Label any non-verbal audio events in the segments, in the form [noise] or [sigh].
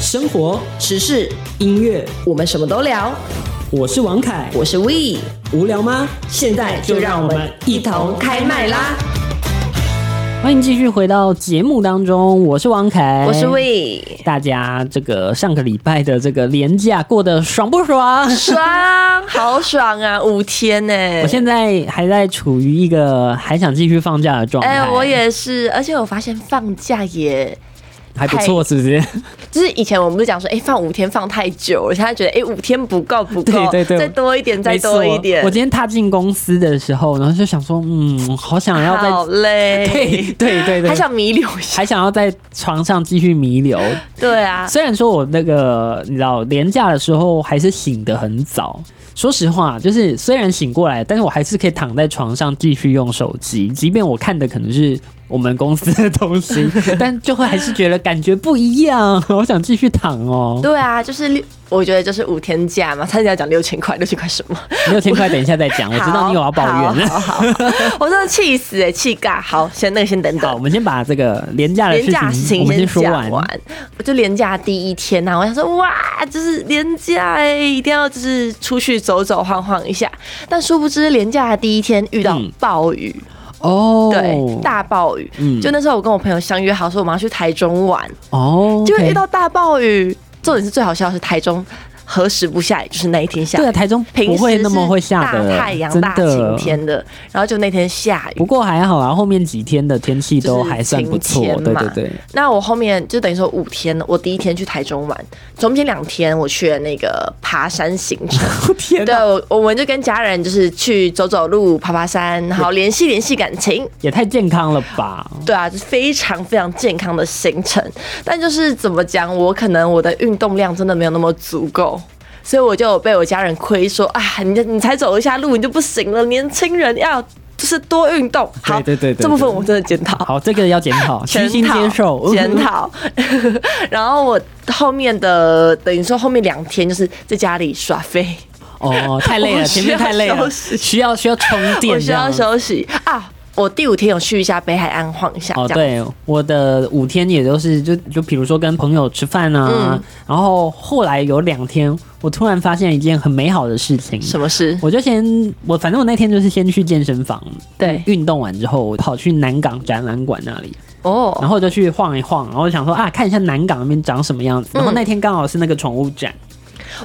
生活、时事，音乐，我们什么都聊。我是王凯。我是 We，无聊吗？现在就让我们一同开麦啦！欢迎继续回到节目当中，我是王凯，我是 We，大家这个上个礼拜的这个连假过得爽不爽？爽，好爽 [laughs] 啊！五天呢、我现在还在处于一个还想继续放假的状态，哎、我也是，而且我发现放假也，还不错，是不是？ [laughs] 就是以前我们不是讲说，哎、放五天放太久了，现在觉得，哎、五天不够，不够，对对对再多一点，再没多一点错我，今天踏进公司的时候，然后就想说，嗯，好想要再好累，对对对对还想弥留一下，还想要在床上继续弥留。对啊，虽然说我那个你知道廉假的时候还是醒得很早，说实话，就是虽然醒过来，但是我还是可以躺在床上继续用手机，即便我看的可能是我们公司的东 [laughs] 西，但就会还是觉得感觉不一样，好想继续躺 [laughs] 哦。对啊，就是六，我觉得就是五天假嘛，差点要讲六千块，六千块什么？六千块，等一下再讲，我哎知道你有要抱怨。好好好好我真的气死哎、气尬。好，先那个先等 [laughs] 好，我等。们先把这个廉价的廉事价事情，我情们先先说讲完。嗯完，我就廉价第一天呐、我想说哇，就是廉价哎、一定要就是出去走走晃晃一下。但殊不知廉价的第一天遇到嗯暴雨，哦，对，大暴雨。嗯就那时候我跟我朋友相约好说我们要去台中玩，哦，结果 OK 遇到大暴雨。重点是最好笑的是台中何时不下雨，就是那一天下雨对。啊，台中平不会那么会下时的，是大太阳、真大的晴。天的，然后就那天下不雨。过还好啊，后面几天的天气都还算不错，就是对晴天嘛对对。那我后面就等于说五天，我第一天去台中玩，中间两天我去了那个爬山行 [laughs] 程。我天对，哪，我我们就跟家人就是去走走路、爬爬山，然后联系联系感情。也太健康了吧！对啊，就是非常非常健康的行程。但就是怎么讲，我可能我的运动量真的没有那么足够。所以我就有被我家人亏说啊，你你才走一下路你就不行了，年轻人要就是多运动。好，对对对对这部分我真的检讨。好，这个要检 [laughs] 讨，虚心接受，检。讨。 [laughs] 然后我后面的等于说后面两天就是在家里耍飞， [laughs] 哦，太累了， [laughs] 我前需要面太累了，休息需要需要充电， [laughs] 我需要这样休息啊。我第五天有去一下北海岸晃一下，哦，这样。对，我的五天也都是就就比如说跟朋友吃饭啊，嗯然后后来有两天，我突然发现一件很美好的事情，什么事？我就先我反正我那天就是先去健身房，对运动完之后，我跑去南港展览馆那里，哦然后就去晃一晃，然后想说啊，看一下南港那边长什么样子。然嗯后那天刚好是那个宠物展，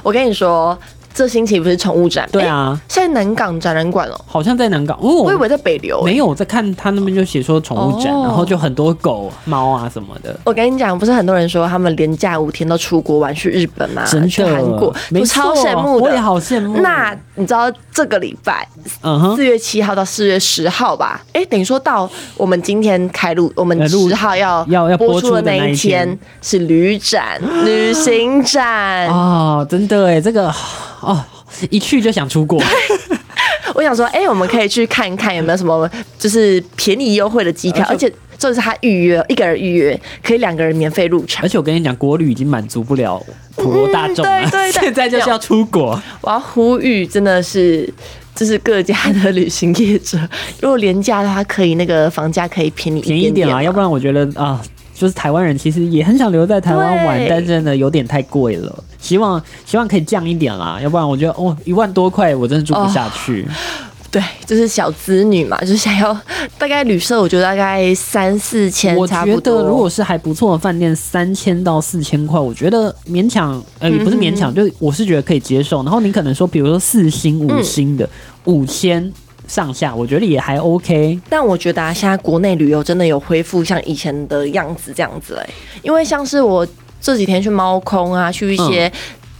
我跟你说，这星期不是宠物展？对诶，啊，现在南港展览馆哦，好像在南港，我以哦，为在北流。诶没有我在看他那边就写说宠物展，哦然后就很多狗、猫啊什么的。我跟你讲，不是很多人说他们连假五天都出国玩，去日本嘛，真啊去的，韩国，没我错超羡慕我也的。好羡慕。那你知道这个礼拜嗯哼，四月七号到四月十号吧，哎、等于说到我们今天开录，我呃们录十号要要要播播出出的的那那一一天天是旅 [gasps] 展、旅行展。哦，真的哎，这个哦，一去就想出国。我想说，哎、我们可以去看一看有没有什么就是便宜优惠的机票，而而且重点是他预约一个人预约可以两个人免费入场而。且我跟你讲，国旅已经满足不了普罗大众了，嗯对对对现在就是要出国。我要呼吁，真的是。就是各家的旅行业者，如果廉价的话，可以那个房价可以便宜便宜一一点点啊啦，嘛要不然我觉得啊，就是台湾人其实也很想留在台湾玩，对但真的有点太贵了。希望希望可以降一点啦，要不然我觉得哦，一万多块我真的住不下去。哦对，就是小资女嘛，就是想要大概旅社，我觉得大概三四千我差觉不多。得如果是还不错的饭店，三千到四千块，我觉得勉强，呃，也不是嗯勉强，就是我是觉得可以接受。然后你可能说，比如说四星、五星的，五千上下，我觉得也还 OK。但我觉得啊，现在国内旅游真的有恢复像以前的样子这样子哎、因为像是我这几天去猫空啊，去一嗯些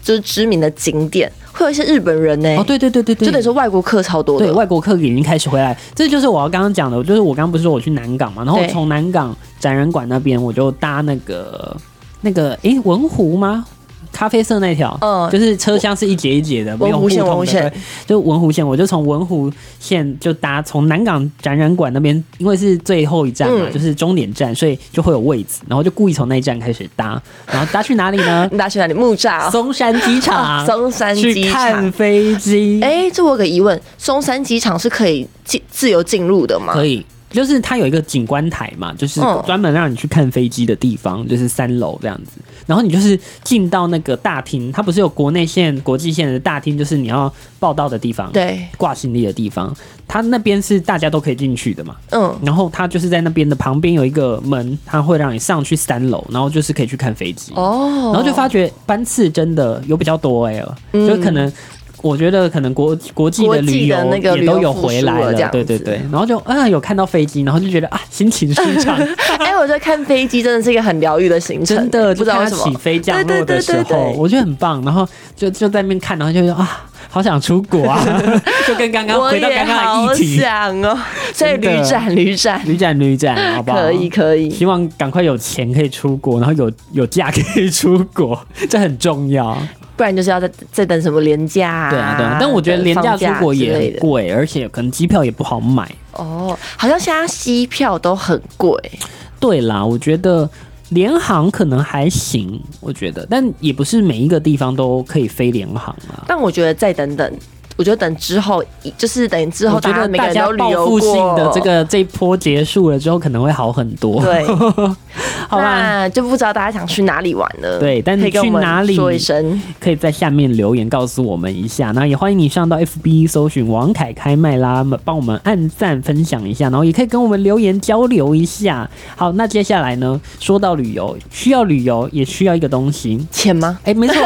就是知名的景点，会有一些日本人呢、哦，对对对对对，就等于说外国客超多对，的。外国客已经开始回来，这就是我要刚刚讲的，就是我刚刚不是说我去南港嘛，然后对从南港展览馆那边我就搭那个那个诶文湖吗？咖啡色那条，嗯就是车厢是一节一节的，没有文湖线互通文湖的线对就文湖线，我就从文湖线就搭从南港展览馆那边，因为是最后一站嘛，嗯？就是终点站，所以就会有位置，然后就故意从那一站开始搭，然后搭去哪里呢 [laughs] 你打去哪里？木栅、松山机场，啊松山去机看场。飞机，哎、这我有个疑问，松山机场是可以进自由进入的吗？可以。就是它有一个景观台嘛，就是嗯专门让你去看飞机的地方，就是三楼这样子。然后你就是进到那个大厅，它不是有国内线、国际线的大厅，就是你要报到的地方，，对，挂行李的地方。它那边是大家都可以进去的嘛，嗯，然后它就是在那边的旁边有一个门，它会让你上去三楼，然后就是可以去看飞机。哦，然后就发觉班次真的有比较多哎、了，就可能我觉得可能国国际的旅游嗯国际的那个也都有旅游复苏回来了这样对对子对，然后就嗯有看到飞机，然后就觉得啊心情舒 [laughs] 畅，哎、我觉得看飞机真的是一个很疗愈的行程，真的不就知道看为它什起么。飞降落的时候，对对对对对我觉得很棒，然后就就在那边看，然后就说啊好想出国 [laughs] 啊，就跟刚刚我回到也刚刚好的议题，想哦，所以真的旅展旅展旅展旅展好不好？可以可以，希望赶快有钱可以出国，然后有有假可以出国，这很重要。不然就是要再再等什么廉价、啊。对啊，对啊，但我觉得廉价出放假国也之类很的贵，而且可能机票也不好买。哦，好像现在机票都很贵，对啦，我觉得联航可能还行，我觉得，但也不是每一个地方都可以飞联航啊。但我觉得再等等，我觉得等之后，就是等之后我觉家得每个大人家都旅报游复过性的这个这一波结束了之后，可能会好很多。，对， [laughs] 好吧，那就不知道大家想去哪里玩了。对但可以跟我去们哪里说一声。可以在下面留言告诉我们一下。那也欢迎你上到 FB 搜寻王凯开麦啦，帮我们按赞分享一下，然后也可以跟我们留言交流一下。好，那接下来呢，说到旅游，需要旅游也需要一个东西，钱吗？哎、没 [laughs] 错，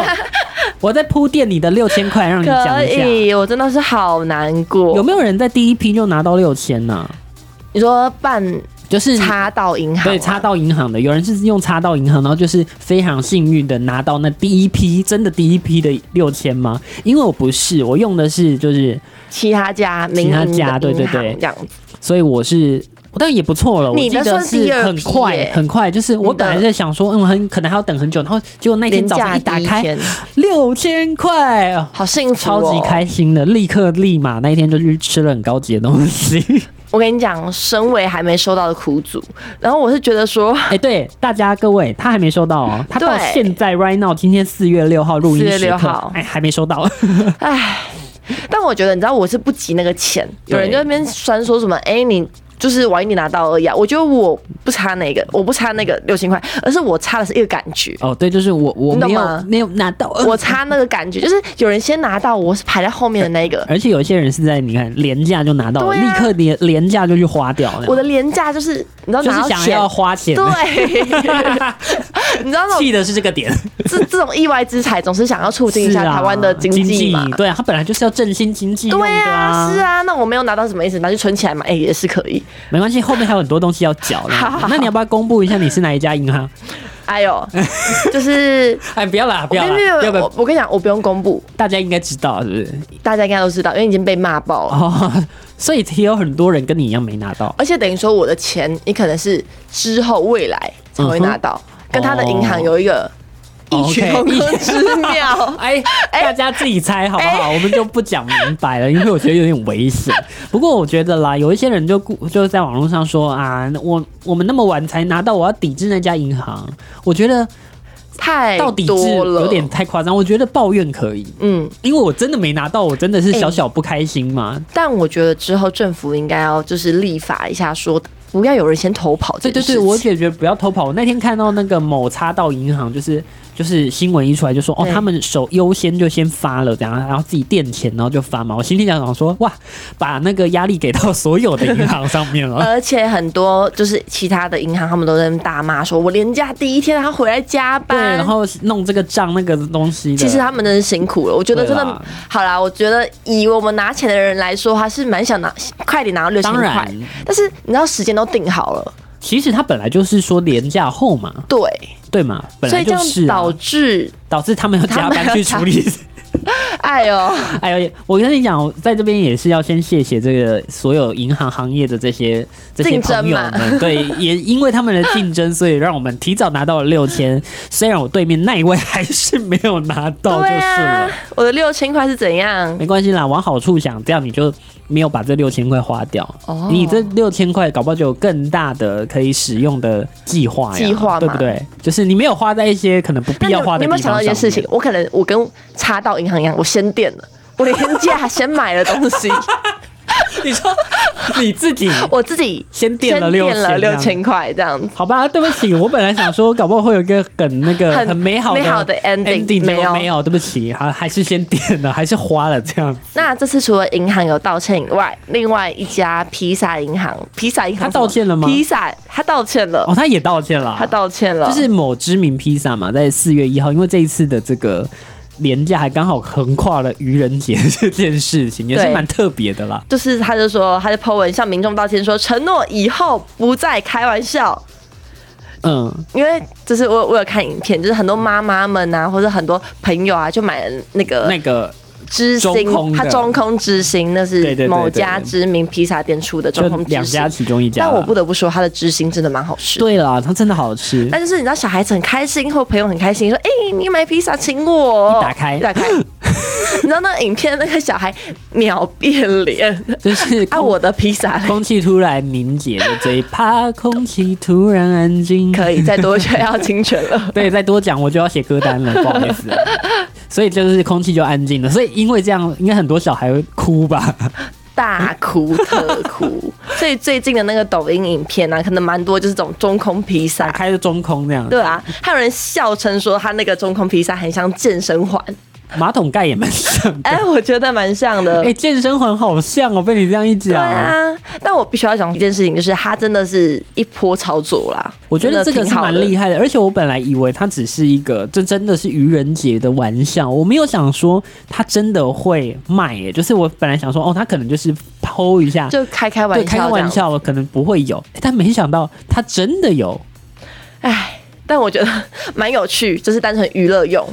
我在铺垫你的六千块，让你讲可一下。以，我真的是好难过。有没有人在第一批就拿到六千呢？你说办就是插到银行？啊对插。到银行的，有人是用插到银行，然后就是非常幸运的拿到那第一批，真的第一批的六千吗？因为我不是，我用的是就是，其他家、民其他营的家对对银行对这样子。所以我是。但也不错了，我你记的得算第是二很批快耶很快，就是我你的本来在想说，嗯，很可能还要等很久，然后结果那天廉哎早上价一打第一开天，六千块，哦好幸福、超哦，级。开心的，立刻立马那一天就去吃了很高级的东 [laughs] 西。我跟你讲，身为还没收到的苦主，然后我是觉得说， [laughs] 哎、对大家各位，他还没收到哦，他到对现在 right now 今天四月六号录音4月时6刻号，哎，还没收到。 [laughs] 唉，但我觉得你知道我是不急那个钱，对有人就在那边酸说什么，哎、你。就是晚一点拿到而已啊！我觉得我不差那个，我不差那个六千块，而是我差的是一个感觉，哦，对，就是我我你懂没有吗没有拿到，呃我差那个感觉，就是有人先拿到，我是排在后面的那一 [laughs] [laughs] 个。而且有一些人是在你看廉价就拿到了，对啊立刻廉廉价就去花掉了。我的廉价就是你知道就是拿到想钱要，花钱， [laughs] 对， [laughs] 你知道那种气的是这个点，这这种意外之财总是想要促进一是下啊，台湾的经济嘛。对啊，他本来就是要振兴经济用的对呀、啊是啊，那我没有拿到什么意思，拿去存起来嘛，哎、也是可以。没关系，后面还有很多东西要缴呢。好那你要不要公布一下你是哪一家银行？哎呦， [laughs] 就是 [laughs] 哎，不要啦，不 [laughs] 没要有啦没，不要有，不要我我跟你讲，我不用公布，大家应该知道，是不是？大家应该都知道，因为已经被骂爆了。哦，所以也有很多人跟你一样没拿 [laughs] 到。而且等于说我的钱，你可能是之后未来才会拿嗯到，跟他的银行有一个异曲哦同工 [laughs] 之妙。哎，大家自己猜好不好？哎我们就不讲明白了，因为我觉得有点危险。 [laughs] 不过我觉得啦，有一些人就故就在网络上说啊，我我们那么晚才拿到，我要抵制那家银行。我觉得太到抵制哎多了，有点太夸张。我觉得抱怨可以，嗯。因为我真的没拿到，我真的是小小不开心嘛。但我觉得之后政府应该要就是立法一下说不要有人先投跑这对对件事对，情。我解决不要偷跑。我那天看到那个某插到银行，就是就是新闻一出来就说，哦，对他们首优先就先发了，然后然后自己垫钱，然后就发嘛。我心里想想说，哇，把那个压力给到所有的银行上 [laughs] 面了。而且很多就是其他的银行，他们都在那边大骂说，我连假第一天还要回来加对，班，然后弄这个账那个东西的。其实他们真的辛苦了，我觉得真对啦的好啦。我觉得以我们拿钱的人来说，还是蛮想拿快点拿到六千当然块，但是你知道时间都定好了，其实他本来就是说廉价后嘛，对，对嘛，本所来以这就样是、啊、导致，导致他们要加班去处 [laughs] 理。[laughs] 哎呦，哎呦，我跟你讲，在这边也是要先谢谢这个所有银行行业的这些这些竞争朋友们，对，也因为他们的竞争，所以让我们提早拿到了六千。虽然我对面那一位还是没有拿到，就对是了啊。，我的六千块是怎样？没关系啦，往好处想，这样你就没有把这六千块花掉。哦你这六千块搞不好就有更大的可以使用的计划呀，计划嘛对不对？就是你没有花在一些可能不必那你要有花你的有地没方有想上到一面。件事情？我可能我跟 [laughs] 插到银行一样，我先垫了，我廉价先买了东西，你说你自己我自己先垫先了六垫了千，六千块这样子。好吧，对不起，我本来想说，搞不好会有一个很那个很很美好美好的 ending， ending，没结有果没有，对不起，还还是先点了， [laughs] 还是花了这样。那这次除了银行有道歉以外，另外一家披萨银行，披萨银行他道歉了吗披萨他道歉了，哦，他也道歉了，他道歉了，就是某知名披萨嘛，在四月一号，因为这一次的这个廉价还刚好横跨了愚人节这件事情，也是对蛮特别的啦。就是他就说，他就 po 文向民众道歉说，承诺以后不再开玩笑。嗯，因为就是我我有看影片，就是很多妈妈们啊，或者很多朋友啊，就买了那个那个知中空心，的它中空知心，那对对是对某对家对知名披萨店出的就中空两知家心。其中一家啦，但我不得不说，它的知心真的蛮好吃。对啦，它真的好吃。 [laughs] 但就是你知道，小孩子很开心，或朋友很开心，说：“哎、你买披萨请我。”一打开 [laughs] 打开。你知道那影片那个小孩秒变脸，就是啊，我的披萨嘞空气突然凝结了，最怕空气突然安静。。可以再多就要侵权 [laughs] 了对，再多讲我就要写歌单 [laughs] 了，不好意思。所以就是空气就安静了，所以因为这样，应该很多小孩会哭吧？ [laughs] 大哭特哭。所以最近的那个抖音影片啊，可能蛮多就是这种中空披打萨。开就中空那样，对啊，还有人笑称说他那个中空披萨很像健身环，马桶盖也蛮像。哎、我觉得蛮像的。 [laughs] 哎、健身环好像哦，被你这样一对讲，啊，但我必须要讲一件事情，就是他真的是一波操作啦。我觉得这真的个挺是好蛮的厉害的。而且我本来以为它只是一个，这真的是愚人节的玩笑，我没有想说它真的会卖、耶，就是我本来想说，哦，它可能就是剖一下， [laughs] 就开开玩对，笑，开个玩。笑，可能不会有，哎但没想到它真的有。哎，但我觉得蛮有趣，就是单纯娱乐用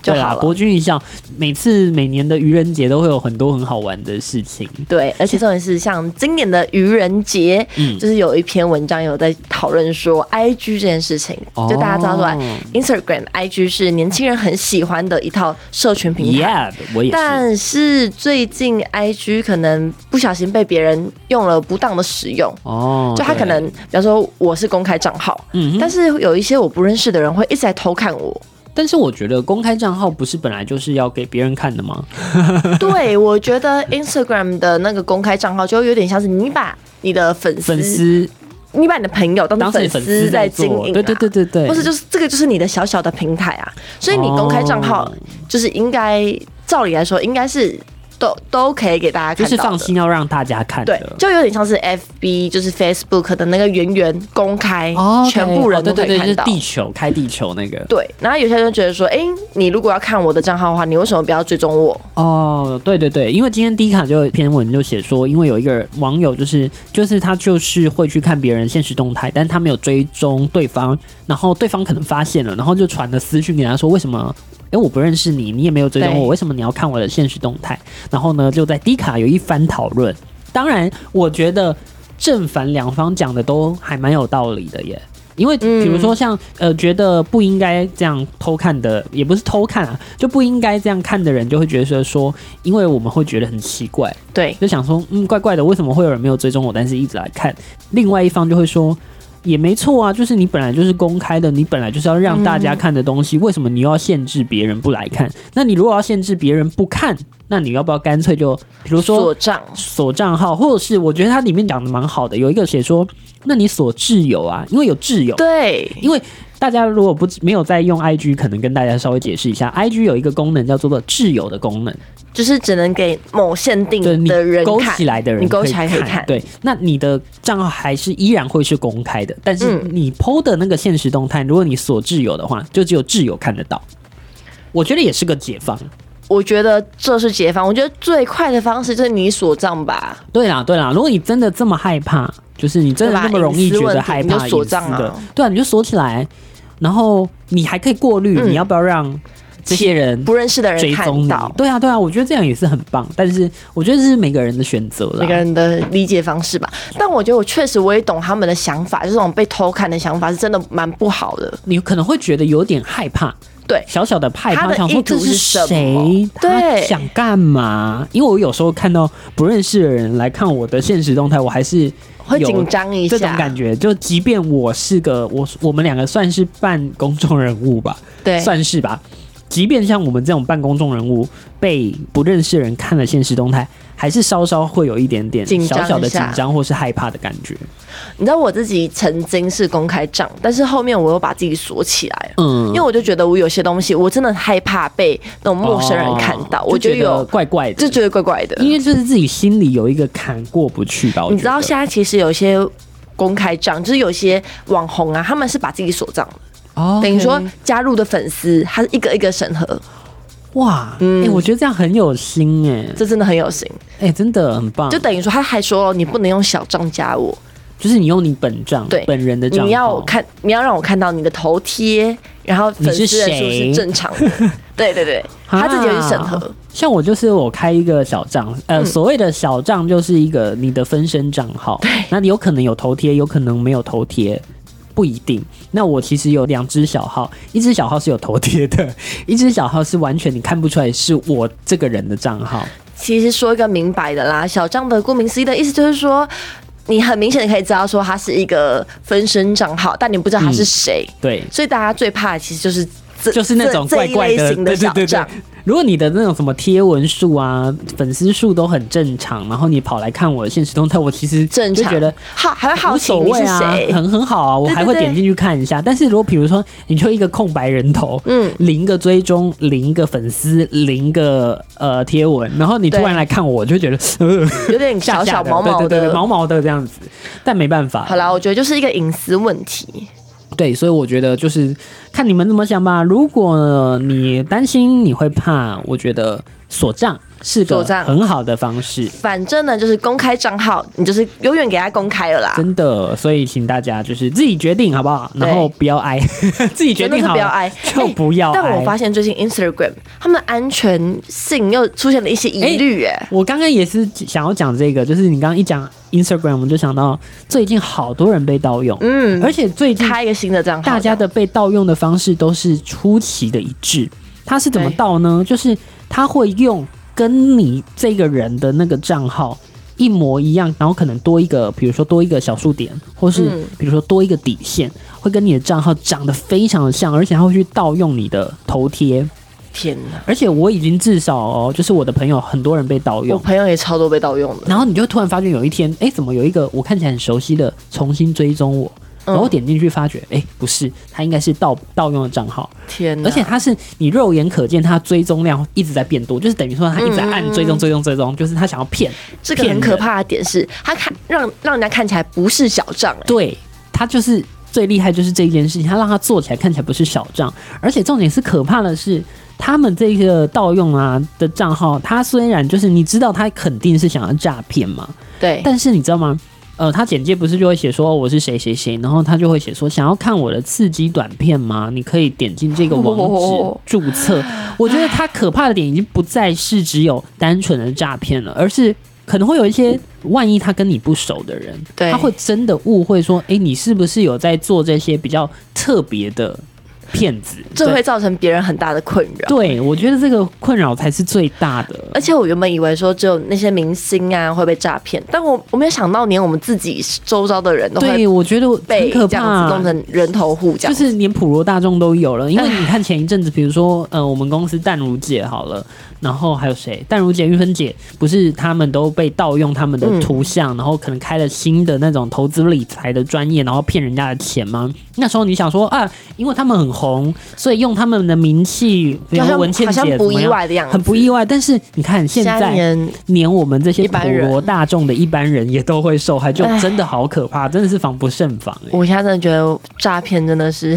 就对好啊，了。国军一笑，每次每年的愚人节都会有很多很好玩的事情。对，而且重点是像今年的愚人节，嗯就是有一篇文章有在讨论说 I G 这件事情，哦就大家知道说哎 Instagram I G 是年轻人很喜欢的一套社群平台。 Yeah，我也是。但是最近 I G 可能不小心被别人用了不当的使用，哦，就他对可能，比方说我是公开账号，嗯哼，但但是有一些我不认识的人会一直在偷看我，但是我觉得公开账号不是本来就是要给别人看的吗？ [laughs] 对，我觉得 Instagram 的那个公开账号就有点像是你把你的粉丝，粉丝你把你的朋友当当成成粉粉丝丝在在经做，营、啊，对对对对对，或是就是这个就是你的小小的平台啊，所以你公开账号哦就是应该、照理来说应该是都都可以给大家看就到的，是放心要让大家看对的，。就有点像是 FB 就是 Facebook 的那个圆圆公开，哦，OK，全部人哦对都可对对，以就看是到。地球开地球那个对，然后有些人就觉得说，哎、你如果要看我的账号的话，你为什么不要追踪我？哦，对对对，因为今天第一卡就有一篇文就写说，因为有一个网友就是就是他就是会去看别人现实动态，但他没有追踪对方，然后对方可能发现了，然后就传了私讯给他说为什么。哎，我不认识你，你也没有追踪对我，为什么你要看我的现实动态？然后呢，就在 D 卡有一番讨论。当然，我觉得正反两方讲的都还蛮有道理的耶。因为比如说像、呃，觉得不应该这样偷看的，也不是偷看啊，就不应该这样看的人，就会觉得说，因为我们会觉得很奇怪，对，就想说，嗯，怪怪的，为什么会有人没有追踪我，但是一直来看？另外一方就会说，也没错啊，就是你本来就是公开的，你本来就是要让大家看的东西，为什么你又要限制别人不来看？那你如果要限制别人不看，那你要不要干脆就，比如说做账，锁账号，或者是我觉得它里面讲的蛮好的，有一个写说，那你锁挚友啊，因为有挚友，对，因为大家如果不没有在用 IG，可能跟大家稍微解释一下，IG 有一个功能叫做挚友的功能，就是只能给某限定就是你嗯的人勾看起。来的人，你勾起来可以看对，那你的账号还是依然会是公开的，但是嗯你 PO 的那个现实动态，如果你锁挚友的话，就只有挚友看得到。我觉得也是个解放。我觉得这是解放，我觉得最快的方式就是你锁账吧，对啦，对啦，如果你真的这么害怕，就是你真的那么容易觉得害对吧怕隐私隐问题你就锁私账啊的，对啊，你就锁起来，然后你还可以过滤，嗯你要不要让这些人不认识的人追踪看你到？，对啊，对啊，我觉得这样也是很棒，但是我觉得这是每个人的选择啦。每个人的理解方式吧。但我觉得我确实我也懂他们的想法，就是这种被偷看的想法是真的蛮不好的。你可能会觉得有点害怕，对小小的害他怕，的想意说图这是什么谁？他对想干嘛？因为我有时候看到不认识的人来看我的现实动态，我还是会有紧张一这种下感，觉。就即便我是个我，我们两个算是半公众人物吧，对，算是吧。即便像我们这种半公众人物，被不认识的人看了现实动态，还是稍稍会有一点点紧张小一小的紧下张或是害怕的感觉。你知道我自己曾经是公开账，但是后面我又把自己锁起来了。嗯因为我就觉得我有些东西，我真的害怕被那种陌生人看到，哦我就就觉得有怪怪的，就觉得怪怪的。因为就是自己心里有一个坎过不去吧。我你觉知道得现在其实有一些公开账，就是有些网红啊，他们是把自己锁账的，哦等于说 OK 加入的粉丝，他是一个一个审核，哇，哎、嗯我觉得这样很有心哎、这真的很有心。哎、真的很棒，就就等于说他还说你不能用小账加我，就是你用你本账对本人的账号，你要看你要让我看到你的头贴，然后粉丝人数你是谁是正常的， [laughs] 对对对，啊他自己有去审核。像我就是我开一个小账，嗯呃，所谓的小账就是一个你的分身账号，那你有可能有头贴，有可能没有头贴。不一定。那我其实有两只小号，一只小号是有头贴的，一只小号是完全你看不出来是我这个人的账号。其实说一个明白的啦，小账的顾名思义的意思就是说。你很明显的可以知道说他是一个分身账号，但你不知道他嗯是谁，对，所以大家最怕的其实就是这就是那种这怪怪这一类的，型的小账。。如果你的那种什么贴文数啊、粉丝数都很正常，然后你跑来看我的现实动态，我其实正就常，觉得好还会好无奇所你谓是啊谁，， [laughs] 很很好啊，我对对还会对点进去看一下。但是如果比如说你就一个空白人头，嗯零个追踪，零个粉丝，零个呃贴文，然后你突对然来看我，我就会觉得呃有点吓 [laughs] 小吓小的毛毛对的。对对，毛毛的这样子，但没办法，好啦，我觉得就是一个隐私问题。对，所以我觉得就是看你们怎么想吧。如果你担心，你会怕，我觉得锁账是个锁账很好的方式，反正呢，就是公开账号，你就是永远给他公开了啦。真的。所以请大家就是自己决定好不好，对然后不要挨， [laughs] 自己决真的定是好不要挨，就哎不要挨。但我发现最近 Instagram 他们的安全性又出现了一些疑虑，哎，我刚刚也是想要讲这个，就是你刚刚一讲 Instagram，我就想到最近好多人被盗用，嗯，而且最近开一个新的账号，大家的被盗用的方式都是出奇的一致。他是怎么对盗呢？就是他会用跟你这个人的那个账号一模一样，然后可能多一个，比如说多一个小数点，或是嗯比如说多一个底线，会跟你的账号长得非常的像，而且他会去盗用你的头贴。天哪，而且我已经至少哦，就是我的朋友很多人被盗我用。朋友也超多被盗用的，然后你就突然发觉有一天，哎，怎么有一个我看起来很熟悉的重新追踪我，嗯然后我点进去发觉，哎，不是，他应该是盗盗用的账号，天哪，而且它是你肉眼可见，它追踪量一直在变多，就是等于说它一直在按追踪、追踪、追踪，就是它想要骗。嗯这个骗很可人怕的点是，他看让让人家看起来不是小账，哎对，它就是最厉害就是这一件事情，它让它做起来看起来不是小账，而且重点是可怕的是。他们这个盗用啊的账号，它虽然就是你知道他肯定是想要诈骗嘛，对，但是你知道吗？呃，他简介不是就会写说我是谁谁谁，然后他就会写说想要看我的刺激短片吗？你可以点进这个网哦址注册。 [gasps] 我觉得它可怕的点已经不再是只有单纯的诈骗了，而是可能会有一些万一他跟你不熟的人，对他会真的误会说，诶，你是不是有在做这些比较特别的骗子？这会对造成别人很大的困扰。对，我觉得这个困扰才是最大的。而且我原本以为说只有那些明星啊会被诈骗，但我我没有想到连我们自己周遭的人都会对，我觉得很被可这怕、样子弄成人头户就这样。是连普罗大众都有了，因为你看前一阵子，比如说，呃，我们公司淡如姐好了，然后还有谁？淡如姐、玉芬姐，不是他们都被盗用他们的图嗯像，然后可能开了新的那种投资理财的专业，然后骗人家的钱吗？那时候你想说啊，因为他们很红，所以用他们的名气，比如就说好像文倩好姐像怎不么意样，外的样子，很不意外。但是你看现在年连我们这些一普般人罗大众的一般人也都会受害，就唉真的好可怕，真的是防不胜防、欸。我现在真的觉得诈骗真的是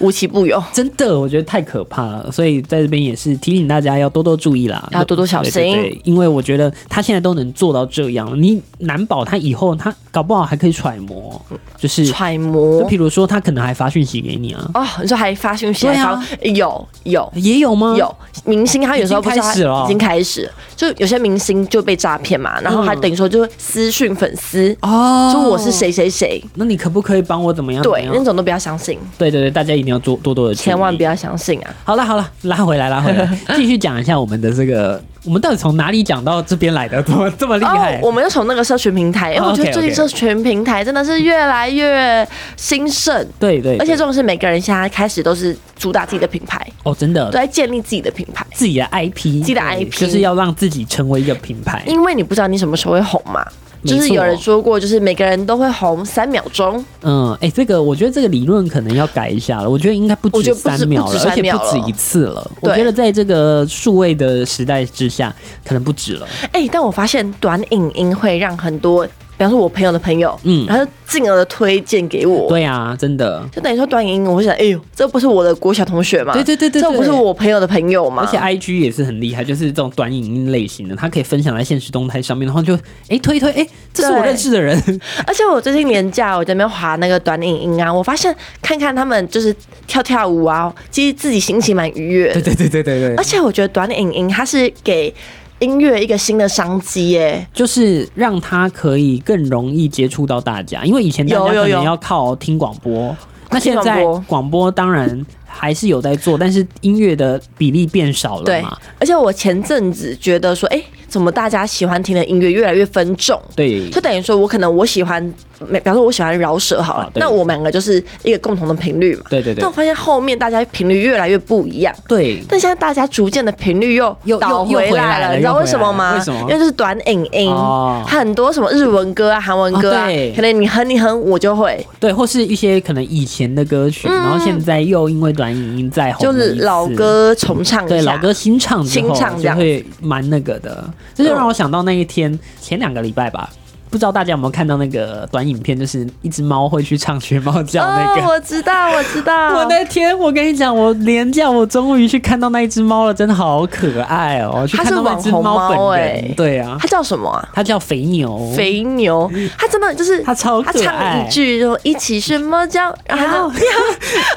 无奇不有，真的，我觉得太可怕了，所以在这边也是提醒大家要多多注意啦，要多多小心对对对因为我觉得他现在都能做到这样，你难保他以后他搞不好还可以揣摩，就是就揣摩譬如说他可能还发讯息给你啊，哦，你说还发讯息对还啊发有有。也有吗？有明星，他有时候已经不是开始了他已经开始，就有些明星就被诈骗嘛，然后他嗯等于说就私讯粉丝，哦，嗯说我是，谁谁谁，那你可不可以帮我怎么样？怎对，么那样种都不要相信，对对对，大家一定要多多多的千万不要。要相信啊！好了好了，拉回来拉回来， [laughs] 继续讲一下我们的这个，我们到底从哪里讲到这边来的？怎么这么厉害？哦我们又从那个社群平台，因为哦我觉得 OK，OK 最近社群平台真的是越来越兴盛，对对对而且这种是每个人现在开始都是主打自己的品牌，哦，真的都，在建立自己的品牌。自己的 IP，自己的 IP 就是要让自己成为一个品牌。因为你不知道你什么时候会红嘛。没错就是有人说过，就是每个人都会红三秒钟，嗯，哎、这个我觉得这个理论可能要改一下了。我觉得应该不我觉止得不止三秒不止了，而三且秒不了止一次了。我对觉得在这个数位的时代之下，可能不止了。哎、但我发现短影音会让很多，比方说我朋友的朋友，嗯然后就进而的推荐给我，对啊，真的。就等于说短影音，我会想，哎呦，这不是我的国小同学吗？对对对对对这不是我朋友的朋友吗？而且 I G 也是很厉害，就是这种短影音类型的，它可以分享在现实动态上面，然后就哎、诶推一推，哎、这是我对认识的人， [laughs] 而且我最近年假，我在那边滑那个短影音啊，我发现看看他们就是跳跳舞啊，其实自己心情蛮愉悦的。 [laughs] 对对对对而，且我觉得短影音它是给音乐一个新的商机耶、就是让它可以更容易接触到大家，因为以前大家有有可有能要靠听广播，那现听广在播广播当然还是有在做，但是音乐的比例变少了对嘛，，而且我前阵子觉得说，哎、怎么大家喜欢听的音乐越来越分众？对就等于说我可能我喜欢，比方说我喜欢饶舌好了，啊对那我们两个就是一个共同的频率嘛。对对对但我发现后面大家频率越来越不一样。对，但现在大家逐渐的频率又又倒又又回来来了你知道又回来为什么吗？了为什么因为就是短影音，哦很多什么日文歌啊、韩文歌啊，哦对可能你哼一哼我就会，对，或是一些可能以前的歌曲，然后现在又因为短影音再红，嗯就是老。歌重唱一哦对下。老歌新唱之后新唱这就样会蛮那个的，这就让我想到那一天前两个礼拜吧，不知道大家有没有看到那个短影片，就是一只猫会去唱学猫叫那个。哦，我知道，我知 [laughs] 道。我那天我跟你讲，我廉价我终于去看到那一只猫了，真的好可爱哦！去它看是到那网只红猫本猫人，哎对啊，它叫什么啊？它叫肥牛， [laughs] 肥牛，他真的就是他超他可唱爱了一句说一起学猫叫，然后 [laughs] 他就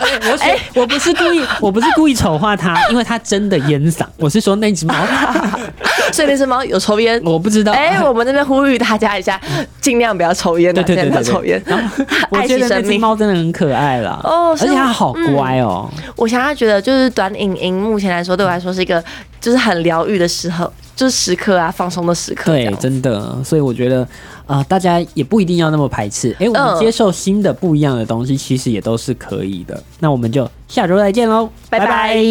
哎我哎，我不是故 [laughs] 意，我不是故意丑化它，因为它真的烟嗓。我是说那只 [laughs] 猫，所以那只猫有抽烟。我不知道。哎，我们这边呼吁大家一下，尽量不要抽烟 [laughs] 啊，对对尽对量不对对要抽烟，我爱觉惜得那生只命。猫真的很可爱啦，哦是而且它好乖哦。我想要觉得就是短影音，目前来说对我来说是一个就是很疗愈的时候，就是时刻啊，放松的时刻。对，真的，所以我觉得啊、呃大家也不一定要那么排斥。哎、我们嗯接受新的不一样的东西，其实也都是可以的。那我们就下周再见喽，拜拜